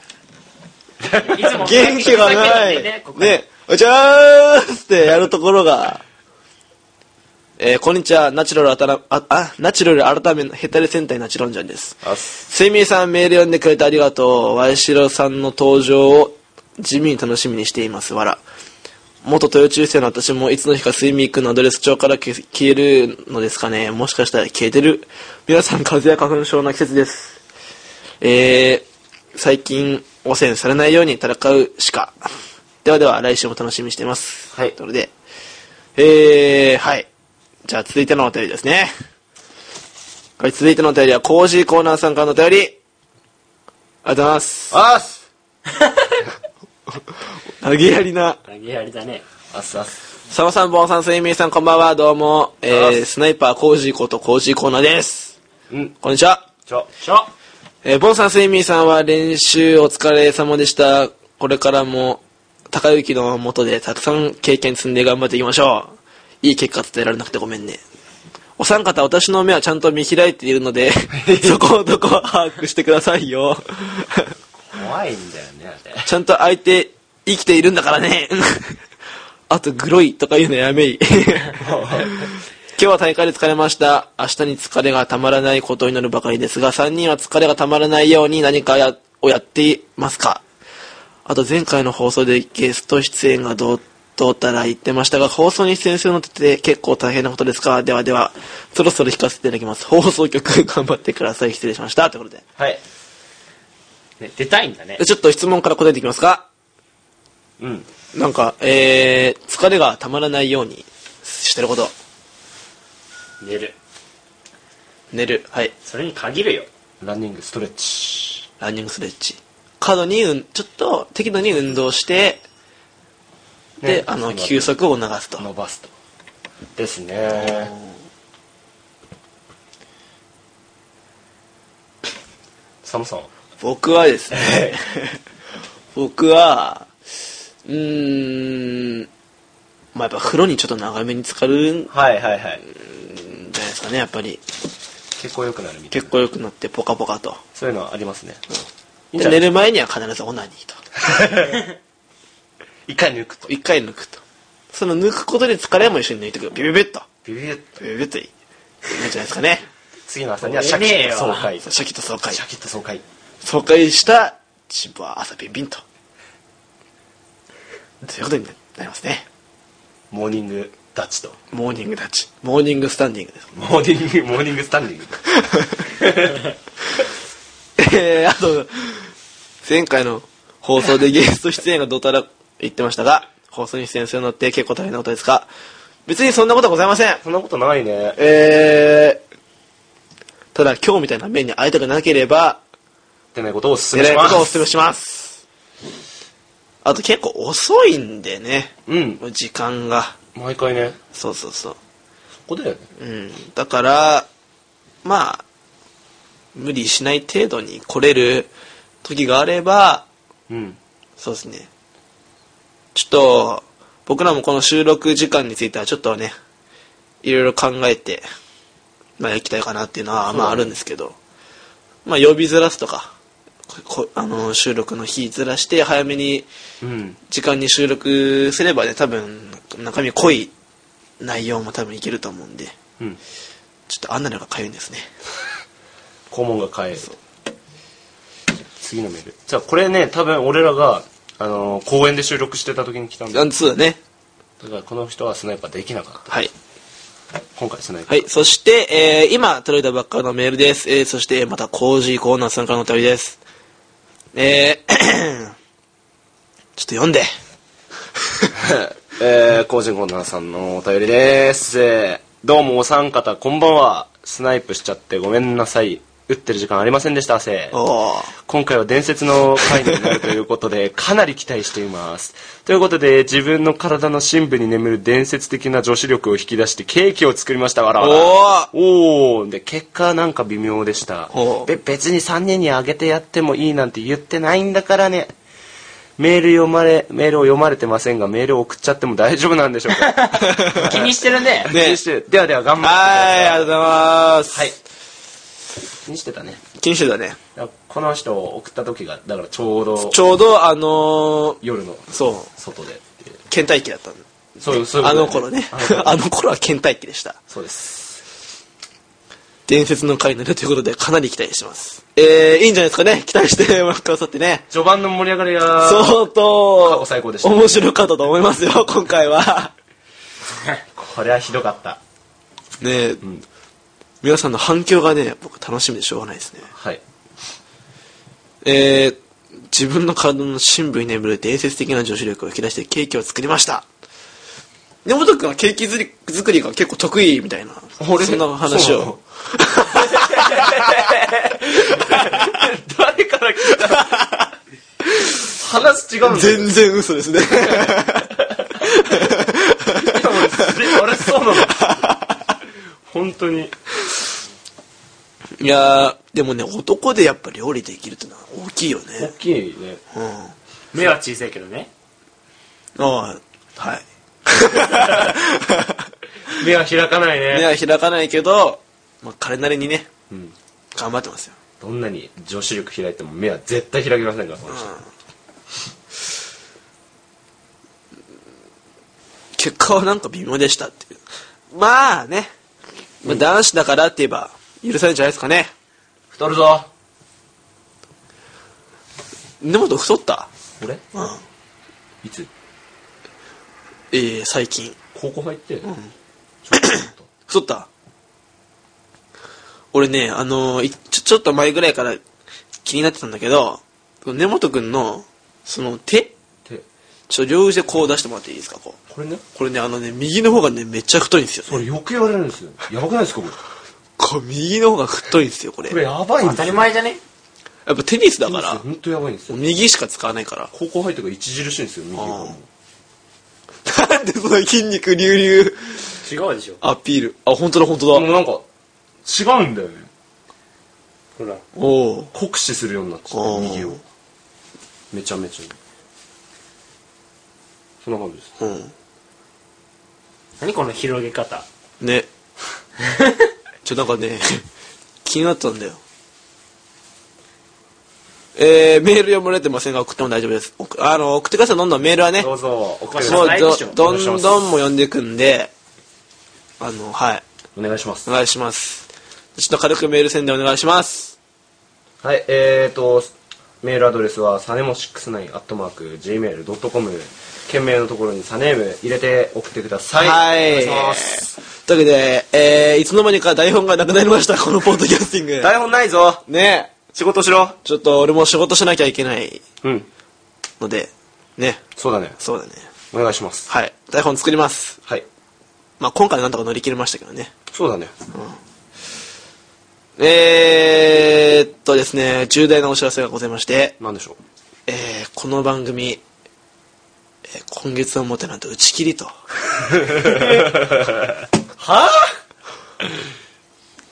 Speaker 3: いつも
Speaker 1: 元気がな
Speaker 3: こ
Speaker 1: い。
Speaker 3: うい
Speaker 1: ね
Speaker 3: う時だけなんでねここね、
Speaker 1: おじゃーすってやるところが、えーこんにちは、ナチュラルあたら、あ、あ、ナチュラル改めのヘタレ戦隊ナチロンジャンです。
Speaker 2: あっす
Speaker 1: 睡眠さんメール読んでくれてありがとう。ワイシロさんの登場を地味に楽しみにしています。わら。元豊中生の私もいつの日かスイミー君のアドレス帳から消え消えるのですかねもしかしたら消えてる皆さん風邪や花粉症の季節ですえー、最近汚染されないように戦うしかではでは来週も楽しみにしています
Speaker 3: はい
Speaker 1: なのでえー、はいじゃあ続いてのお便りですねはい続いてのお便りはコージーコーナーさんからのお便りありがとうございます
Speaker 2: あっす
Speaker 1: 投げやりな
Speaker 3: 投げやりだね。
Speaker 2: あっすあっす
Speaker 1: サバさん、ボンさん、スイミーさん、こんばんは、どうも。え
Speaker 2: あ
Speaker 1: ー、スナイパー、コージーこと、コージーコーナーです。
Speaker 2: うん
Speaker 1: こんにちは。
Speaker 2: ちょ
Speaker 3: しょ
Speaker 1: えー、ボンさん、スイミーさんは練習お疲れ様でした。これからも、高雪のもとでたくさん経験積んで頑張っていきましょう。いい結果伝えられなくてごめんね。お三方、私の目はちゃんと見開いているので、そこをどこは把握してくださいよ。
Speaker 2: 怖いんだよね
Speaker 1: ちゃんと相手、生きているんだからね。 あと、グロいとか言うのやめい。今日は大会で疲れました。明日に疲れがたまらないことになるばかりですが、3人は疲れがたまらないように何かやをやっていますかあと前回の放送でゲスト出演がどう、どうたら言ってましたが、放送に出演するのって結構大変なことですかではでは、そろそろ引かせていただきます。放送局頑張ってください。失礼しました。ということで。
Speaker 2: はい
Speaker 3: ね、出たいんだね。
Speaker 1: ちょっと質問から答えていきますか
Speaker 2: うん
Speaker 1: なんか、えー、疲れがたまらないようにしてること。
Speaker 3: 寝る。
Speaker 1: 寝る。はい。
Speaker 3: それに限るよ。
Speaker 2: ランニングストレッチ
Speaker 1: ランニングストレッチ。過度に、うん、ちょっと適度に運動して、で
Speaker 2: ね、
Speaker 1: あの、
Speaker 2: その後
Speaker 1: 休息を促すと。
Speaker 2: 伸ばすとですねサムさん
Speaker 1: 僕はです ね、僕は、うーん、まあ、やっぱ風呂にちょっと長めに浸かるん
Speaker 2: はいはいはい
Speaker 1: じゃないですかね、やっぱり。
Speaker 2: 結構良くなるみたい
Speaker 1: 結
Speaker 2: な
Speaker 1: 構良くなって、ポカポカと。
Speaker 2: そういうのはありますねいいん
Speaker 1: で
Speaker 2: じゃな
Speaker 1: 寝
Speaker 2: い
Speaker 1: る前には必ずオナニーと。
Speaker 2: 一回抜くと
Speaker 1: 一回抜くと。その抜くことで疲れも一緒に抜いてくる。ビビビッと。
Speaker 2: ビビビッと
Speaker 1: ビビビッといい。いいんじゃないですかね。
Speaker 2: 次の朝にはシャキッと爽快シ
Speaker 1: シャキッと爽快。
Speaker 2: ャキッと爽快
Speaker 1: 爽快したチンポは朝ビンビンと。ということになりますね。
Speaker 2: モーニングダッチと
Speaker 1: モーニングタッチ。モーニングスタンディングです。
Speaker 2: モーニングモーニングスタンディング
Speaker 1: えー、あと、前回の放送でゲスト出演がどうたら言ってましたが、放送に出演するのって結構大変なことですか別にそんなことはございません。
Speaker 2: そんなことないね
Speaker 1: えー、ただ今日みたいな面に会いたくなければ、
Speaker 2: ってないことをお勧め
Speaker 1: 狙
Speaker 2: し
Speaker 1: い
Speaker 2: ま
Speaker 1: ことをお
Speaker 2: す
Speaker 1: 勧めします。あと結構遅いんでね、
Speaker 2: うん
Speaker 1: 時間が。
Speaker 2: 毎回ね
Speaker 1: そうそうそう。
Speaker 2: ここだよね
Speaker 1: うん。だから、まあ、無理しない程度に来れる時があれば、
Speaker 2: うん
Speaker 1: そうですね。ちょっと、僕らもこの収録時間についてはちょっとね、いろいろ考えて、まあ行きたいかなっていうのは、まああるんですけど、まあ呼びずらすとか、ここあの収録の日ずらして早めに
Speaker 2: うん
Speaker 1: 時間に収録すればね多分中身濃い内容も多分いけると思うんで
Speaker 2: うん
Speaker 1: ちょっとあんなのがかゆいんですね
Speaker 2: 肛門が変える次のメールじゃあこれね多分俺らがあのー公園で収録してた時に来たんだ
Speaker 1: あそうだね
Speaker 2: だからこの人はスナイパーできなかった
Speaker 1: はい
Speaker 2: 今回スナイパ
Speaker 1: は
Speaker 2: ー
Speaker 1: いそして、えー今届いたばっかりのメールです、えーそしてまたコージーコーナーさんからのお便りですえー ちょっと読んで
Speaker 2: えー、コージンコーナーさんのお便りです、えーどうもお三方こんばんはスナイプしちゃってごめんなさい打ってる時間ありませんでした汗
Speaker 1: おー
Speaker 2: 今回は伝説の回になるということで かなり期待していますということで自分の体の深部に眠る伝説的な女子力を引き出してケーキを作りましたわらわらおーで結果なんか微妙でした
Speaker 1: お
Speaker 2: べ別に3人にあげてやってもいいなんて言ってないんだからねメール読まれメールを読まれてませんがメールを送っちゃっても大丈夫なんでしょうか
Speaker 3: 気にしてるね。
Speaker 1: ね
Speaker 2: 気にしてではでは頑張ってくだ
Speaker 1: はいありがと
Speaker 2: さ
Speaker 1: うございます、はい、
Speaker 2: 気にしてたね
Speaker 1: 気にしてたね
Speaker 2: だからこの人を送った時がだからちょうど
Speaker 1: ちょうどあのー
Speaker 2: 夜の
Speaker 1: そう
Speaker 2: 外でっていう
Speaker 1: 倦怠期だったんで
Speaker 2: そういうそうい う
Speaker 1: あ
Speaker 2: こと
Speaker 1: の
Speaker 2: だ
Speaker 1: 頃
Speaker 2: よ
Speaker 1: ね
Speaker 2: あの頃。
Speaker 1: あの頃は倦怠期でした。
Speaker 2: そうです。
Speaker 1: 伝説の回になるということで、かなり期待してます。えー、いいんじゃないですかね。期待して もらってくださってね。
Speaker 2: 序盤の盛り上がりが
Speaker 1: 相
Speaker 2: 過
Speaker 1: 当
Speaker 2: 去、最高でした
Speaker 1: 面白かったと思いますよ、今回は。
Speaker 2: これはひどかった
Speaker 1: ねえ、皆さんの反響がね、僕楽しみでしょうがないですね。
Speaker 2: はい
Speaker 1: えー自分の体の深部に眠る伝説的な女子力を引き出してケーキを作りました根本君はケーキづり作りが結構得意みたいな
Speaker 2: 俺
Speaker 1: そんな話
Speaker 2: そうなの
Speaker 1: を
Speaker 2: 誰から聞いた 話違うんだけど
Speaker 1: 全然嘘ですね
Speaker 2: あれそうな の本当に
Speaker 1: いやーでもね男でやっぱ料理できるってのは大きいよね
Speaker 2: きいね
Speaker 3: 目は小さいけどね。
Speaker 1: ああはい
Speaker 2: 目は開かない
Speaker 1: 目
Speaker 2: ね
Speaker 1: は開かないけど、まあ、彼なりにね、
Speaker 2: ん
Speaker 1: 頑張ってますよ
Speaker 2: どんなに女子力開いても目は絶対開きませんからこの人
Speaker 1: 結果はなんか微妙でしたっていうまあね、まあ、男子だからって言えば許されるんじゃないですかね
Speaker 2: 太るぞ
Speaker 1: 根本太った
Speaker 2: 俺
Speaker 1: うん
Speaker 2: いつ
Speaker 1: えー、最近
Speaker 2: 高校入って、
Speaker 1: 太った俺ねあのーいちょちょっと前ぐらいから気になってたんだけど根本くんのその手
Speaker 2: で
Speaker 1: ちょ両腕こう出してもらっていいですかこう
Speaker 2: これね
Speaker 1: これねあのね右の方がねめっちゃ太いんですよ、
Speaker 2: それよく言われるんですよやばくないですかこれ
Speaker 1: こう右の方が太いんですよこれ
Speaker 2: これやばいんですよ
Speaker 3: 当たり前じゃね
Speaker 1: やっぱテニスだか
Speaker 2: そう
Speaker 1: ら
Speaker 2: 本当やばいんですよ
Speaker 1: 右しか使わないから
Speaker 2: 高校入ってから著しいんですよ右がも
Speaker 1: なんでその筋肉隆々
Speaker 3: 違うでしょ。
Speaker 1: アピール。あ、本当だ本当
Speaker 2: うも
Speaker 1: だ。
Speaker 2: うなんか違うんだよね
Speaker 3: ほら。
Speaker 1: おお。
Speaker 2: 酷使するようになっちゃ
Speaker 1: あ
Speaker 2: った
Speaker 1: ー
Speaker 2: 右をめちゃめちゃそんな感じです
Speaker 1: うん。
Speaker 3: 何この広げ方。
Speaker 1: ね。 ちょ、なんかね、気になったんだよ。えー、メール読まれてませんが送っても大丈夫です。送あの、送ってください。どんどんメールはね。
Speaker 2: どうぞおかし
Speaker 1: もう
Speaker 3: お願いします
Speaker 1: ど、どんどんも読んでいくんで、あの、はい。
Speaker 2: お願いします
Speaker 1: お願いします。ちょっと軽くメール宣伝お願いします。
Speaker 2: はいえーとメールアドレスはサネモ69アットマーク Gmail.com 件名のところにサネーム入れて送ってください
Speaker 1: はい
Speaker 2: お願いします
Speaker 1: というわけで、えー、いつの間にか台本がなくなりました、このポッドキャスティング。
Speaker 2: 台本ないぞ
Speaker 1: ね
Speaker 2: 仕事しろ
Speaker 1: ちょっと俺も仕事しなきゃいけない
Speaker 2: うん
Speaker 1: ので、ね、
Speaker 2: そうだね
Speaker 1: そうだね。
Speaker 2: お願いします
Speaker 1: はい。台本作ります。
Speaker 2: はい
Speaker 1: まあ今回なんとか乗り切れましたけどね。
Speaker 2: そうだね
Speaker 1: えーっとですね、重大なお知らせがございまして、
Speaker 2: なんでしょう
Speaker 1: えー、この番組、えー今月をもてなんと打ち切りと。はぁ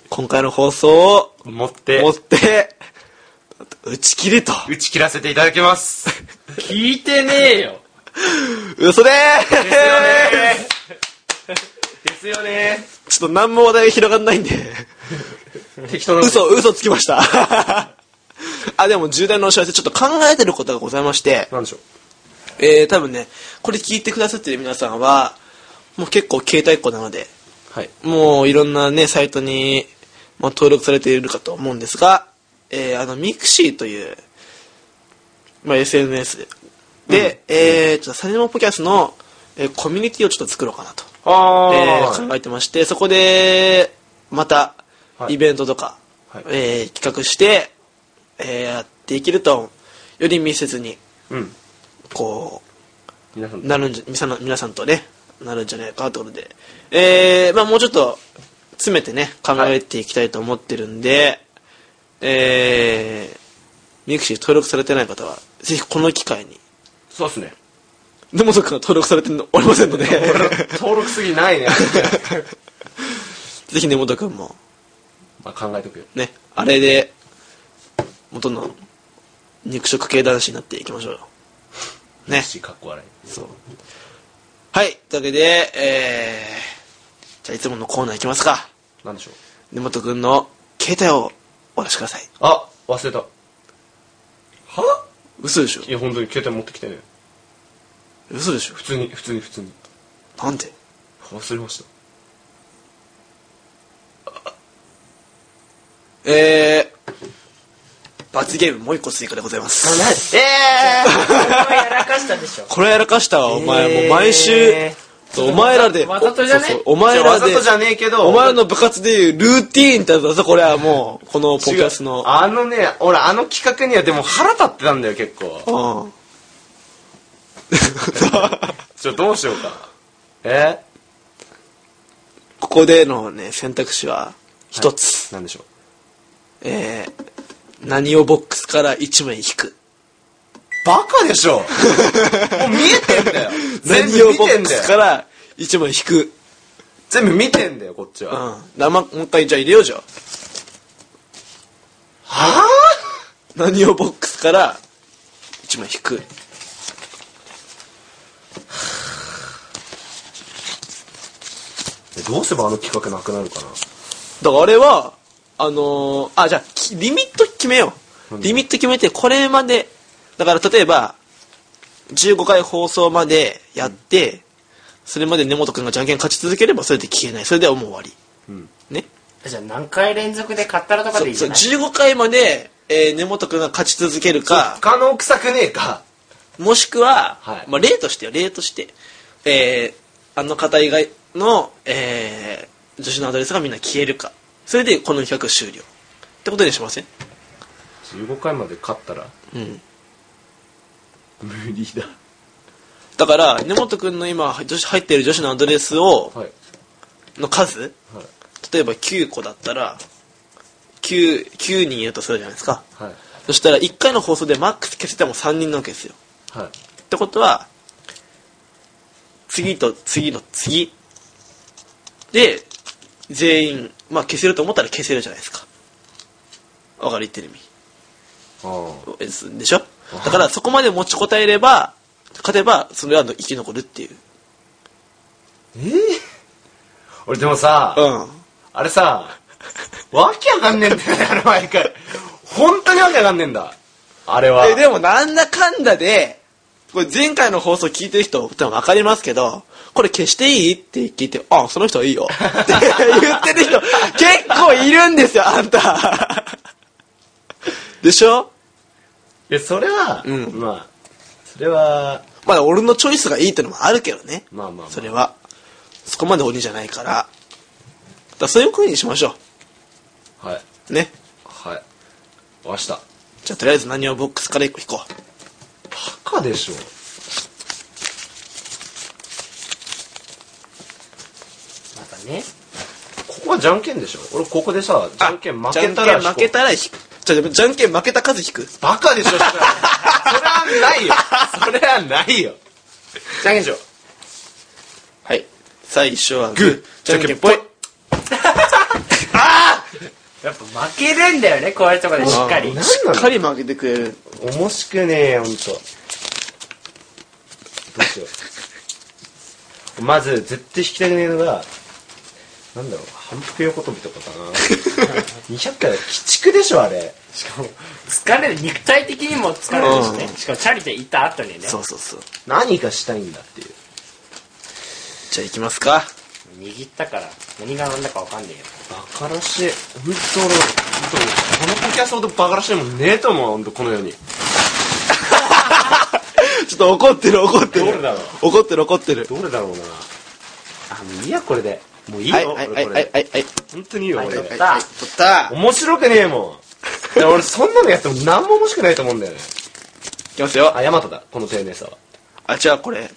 Speaker 1: 今回の放送を
Speaker 2: 持って
Speaker 1: 持って、打ち切りと。
Speaker 2: 打ち切らせていただき ます。
Speaker 3: 聞いてねえよ。
Speaker 1: 嘘でーす
Speaker 2: ですよね。
Speaker 1: ちょっと何も話題が広がんないんで。
Speaker 2: 適当なこと。
Speaker 1: 嘘、嘘つきました。あ、でも重大なお知らせ、ちょっと考えてることがございまして、
Speaker 2: なんでしょう。
Speaker 1: えー、多分ね、これ聞いてくださってる皆さんは、もう結構携帯っ子なので、
Speaker 2: はい。
Speaker 1: もういろんなね、サイトに、まあ、登録されているかと思うんですが、えー、あの、ミクシーという、まあ、SNS で、えー、ちょっとサニモポキャスの、えーコミュニティをちょっと作ろうかなと。
Speaker 2: あ
Speaker 1: えー考えてましてそこでまた
Speaker 2: はい
Speaker 1: イベントとか、
Speaker 2: はい
Speaker 1: えー企画して、えーやっていけるとより密接に
Speaker 2: うん。
Speaker 1: こ
Speaker 2: 皆さん
Speaker 1: う、なるんじゃ皆さん皆さんとねなるんじゃないかということで、えーまあ、もうちょっと詰めてね考えていきたいと思ってるんで、えーミクシー登録されてない方はぜひこの機会に
Speaker 2: そうですね。
Speaker 1: 根本君が登録されておりませ んので
Speaker 2: 登録すぎない ね。
Speaker 1: ぜひ根本君も
Speaker 2: まあ考えとくよ。
Speaker 1: ね、あれで、元の肉食系男子になっていきましょうよ。ね。
Speaker 2: し、かっこ悪い。そう。
Speaker 1: はい。というわけで、えー、じゃあいつものコーナーいきますか。
Speaker 2: なんでしょう。
Speaker 1: 根本くんの携帯をお出しください。
Speaker 2: あ、忘れた。は
Speaker 1: 嘘でしょ
Speaker 2: いや、本当に携帯持ってきてね。
Speaker 1: 嘘でしょ
Speaker 2: 普通に、普通に、普通に。
Speaker 1: なんで
Speaker 2: 忘れました。あ
Speaker 1: えー、罰ゲームもう一個追加でございます。
Speaker 7: え
Speaker 3: これやらかしたでしょ
Speaker 1: これやらかしたわ、お前。もう毎週、
Speaker 7: え
Speaker 1: そうお前らで、
Speaker 3: わざとじゃね
Speaker 1: そうそうお前ら
Speaker 2: わ
Speaker 1: で
Speaker 2: ざとじゃねえけど
Speaker 1: お前の部活でいうルーティーンだぞ、これはもう、このポッドキャストの。
Speaker 2: あのね俺あの企画にはでも腹立ってたんだよ結構
Speaker 1: うん。
Speaker 2: ちょどうしようかえ
Speaker 1: ここでのね、選択肢は、一つ、
Speaker 2: なんでしょう
Speaker 1: えー、何をボックスから一枚引く。
Speaker 2: バカでし ょもう見えてんだよ 全
Speaker 1: 何
Speaker 2: 部
Speaker 1: を
Speaker 2: 見
Speaker 1: ボ
Speaker 2: て
Speaker 1: ッ
Speaker 2: ん
Speaker 1: ク
Speaker 2: だ
Speaker 1: スか
Speaker 2: よ
Speaker 1: ら一枚引く。
Speaker 2: 全部見てんだよこっち
Speaker 1: う
Speaker 2: は、は
Speaker 1: ん。なま、もう一回じゃあ入れようじゃん。
Speaker 2: あ
Speaker 1: 何をボックスから一枚引く。
Speaker 2: どうすればあの企画なくなるかな
Speaker 1: だからあれは、あのーあ、じゃあ、きリミット決めよう。リミット決めて、これまで、だから例えば、15回放送までやって、それまで根本くんがじゃんけん勝ち続ければ、それで消えない。それではもう終わり。ね。
Speaker 3: じゃあ何回連続で買ったらとか
Speaker 1: そ
Speaker 3: でいいじ
Speaker 1: う
Speaker 3: ゃない
Speaker 1: 15回まで、えー根本くんが勝ち続けるか、
Speaker 2: 他の臭くねえか
Speaker 1: もしくは、
Speaker 2: はい
Speaker 1: まあ、例としてよ、例として、えーあの方以外の、えー女子のアドレスがみんな消えるか。それで、この企画終了。ってことにしません
Speaker 2: 15回まで勝ったら
Speaker 1: うん。
Speaker 2: 無理だ
Speaker 1: だから根本君の今女子入っている女子のアドレスを
Speaker 2: はい
Speaker 1: の数
Speaker 2: はい
Speaker 1: 例えば9個だったら 9, 9人いるとするじゃないですか
Speaker 2: はい
Speaker 1: そしたら1回の放送でマックス消せても3人なわけですよ
Speaker 2: はい
Speaker 1: ってことは次と次の次で全員、まあ、消せると思ったら消せるじゃないですかわかる言ってる意味
Speaker 2: あ
Speaker 1: ですでしょだからそこまで持ちこたえれば勝てばそれは生き残るっていう
Speaker 2: 俺でもさ、
Speaker 1: うん
Speaker 2: あれさわけわかんねえんだよねあれ毎回本当にわけわかんねえんだあれは
Speaker 1: えでもなんだかんだでこれ前回の放送聞いてる人多分分かりますけどこれ消していいって聞いて「あその人いいよ」って言ってる人結構いるんですよあんたでしょ
Speaker 2: いやそれは、
Speaker 1: うん
Speaker 2: まあそれは
Speaker 1: まあ俺のチョイスがいいってのもあるけどね
Speaker 2: まあまあまあ
Speaker 1: それはそこまで鬼じゃないからだからそういう風にしましょ
Speaker 2: はいう
Speaker 1: ね
Speaker 2: はい明日バ
Speaker 1: じゃあとりあえず何をボックスから1個引こう
Speaker 2: カでしょ
Speaker 3: またね
Speaker 2: ここはじゃんけんでしょ俺ここでさじゃんけん負けた
Speaker 1: じゃ
Speaker 2: ら
Speaker 1: んけん負けたら引くじゃあじゃんけん負けた数引く
Speaker 2: バカでしょそれはそれはないよそれはないよじゃんけんしよう
Speaker 1: はい最初はグ
Speaker 2: グ
Speaker 1: ーじゃんけんぽい
Speaker 3: やっぱ負けるんだよねこういうとこでしっかり
Speaker 2: 何
Speaker 1: し
Speaker 2: な
Speaker 1: っかり負けてくれる
Speaker 2: の面しくねえよほんとどうしようまず絶対引きたくねえのがなんだろう反復横跳びとかかな 200回は鬼畜でしょあれ
Speaker 3: しかも疲れる肉体的にも疲れるしねしかもチャリで行った後にね
Speaker 1: そうそうそう
Speaker 2: 何かしたいんだっていう
Speaker 1: じゃあ行きますか
Speaker 3: 握ったから何が何だか分かんねえよ
Speaker 2: バカらしい本当俺本当この時はそほどバカらしいもんねえと思う本当この世に
Speaker 1: ちょっと怒ってる怒ってる
Speaker 2: どれだろ
Speaker 1: 怒ってる怒ってる
Speaker 2: どれだろうなあもういいやこれでもういい
Speaker 1: はい
Speaker 2: よ、
Speaker 1: はいは
Speaker 2: 俺
Speaker 1: い
Speaker 2: こ
Speaker 1: は
Speaker 2: れ
Speaker 1: い
Speaker 2: で
Speaker 1: はいはい
Speaker 2: 本当にいいよ、俺
Speaker 3: はい
Speaker 1: はい取った
Speaker 2: 面白くねえもん。いや俺そんなのやっても何も面白くないと思うんだよね。
Speaker 1: いきますよ
Speaker 2: あ、ヤマトだ、この丁寧さは。
Speaker 1: あじゃあこれ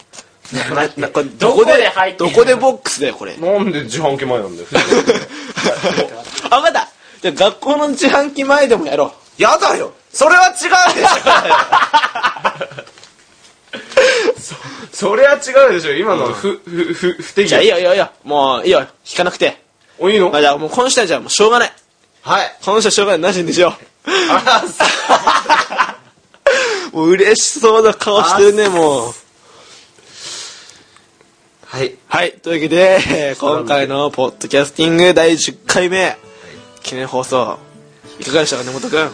Speaker 1: な なこれ
Speaker 3: どこで入ってん
Speaker 1: ど
Speaker 3: の
Speaker 1: こでボックスだよこれ
Speaker 2: なんで自販機前なんだよ。
Speaker 1: あ分かったじゃあ学校の自販機前でもやろ
Speaker 2: やだよそれは違うでしょ そそれは違うでしょ今のふ、ふ、ふ、不
Speaker 1: う
Speaker 2: 適
Speaker 1: じゃあいいよいいよいいよもういいよ引かなくて
Speaker 2: お、いいの
Speaker 1: まあじゃあもうこの人はじゃあもうしょうがない
Speaker 2: はい。
Speaker 1: この人はしょうがないなしにしよ
Speaker 2: あら、さ
Speaker 1: うもう嬉しそうな顔してるねもう
Speaker 2: はい。
Speaker 1: はい、というわけで、えー今回のポッドキャスティング第10回目、記念放送、いかがでしたか、根本くん。
Speaker 2: 10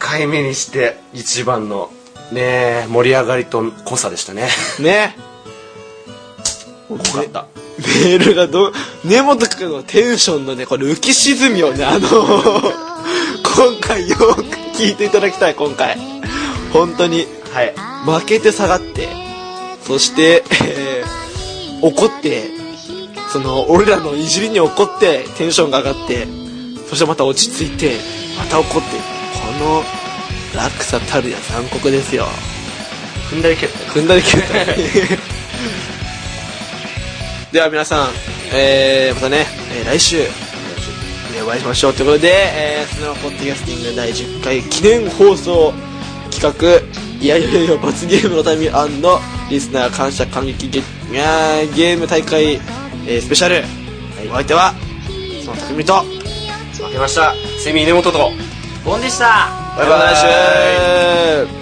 Speaker 2: 回目にして一番の、ねえ、盛り上がりと濃さでしたね。
Speaker 1: ね。
Speaker 2: 濃かった。
Speaker 1: メールがど、根本くんのテンションのね、これ浮き沈みをね、あの、今回よく聞いていただきたい今回本当に
Speaker 2: はい
Speaker 1: 負けて下がってそして、 えー怒ってその俺らのいじりに怒ってテンションが上がってそしてまた落ち着いてまた怒ってこの落差たるや残酷ですよ
Speaker 2: 踏んだり蹴った
Speaker 1: 踏
Speaker 2: り
Speaker 1: んだり蹴ったり では皆さん、えーまたね、えー来週お会いしましょうということで、えー、スノーポッドキャスティング第10回記念放送企画いやいやいや罰ゲームのためリスナー感謝感激ゲいやーゲーム大会、えースペシャル、お相手はその匠と
Speaker 2: 負けましたセミ根本と
Speaker 3: ボンでした
Speaker 1: バイバイ来週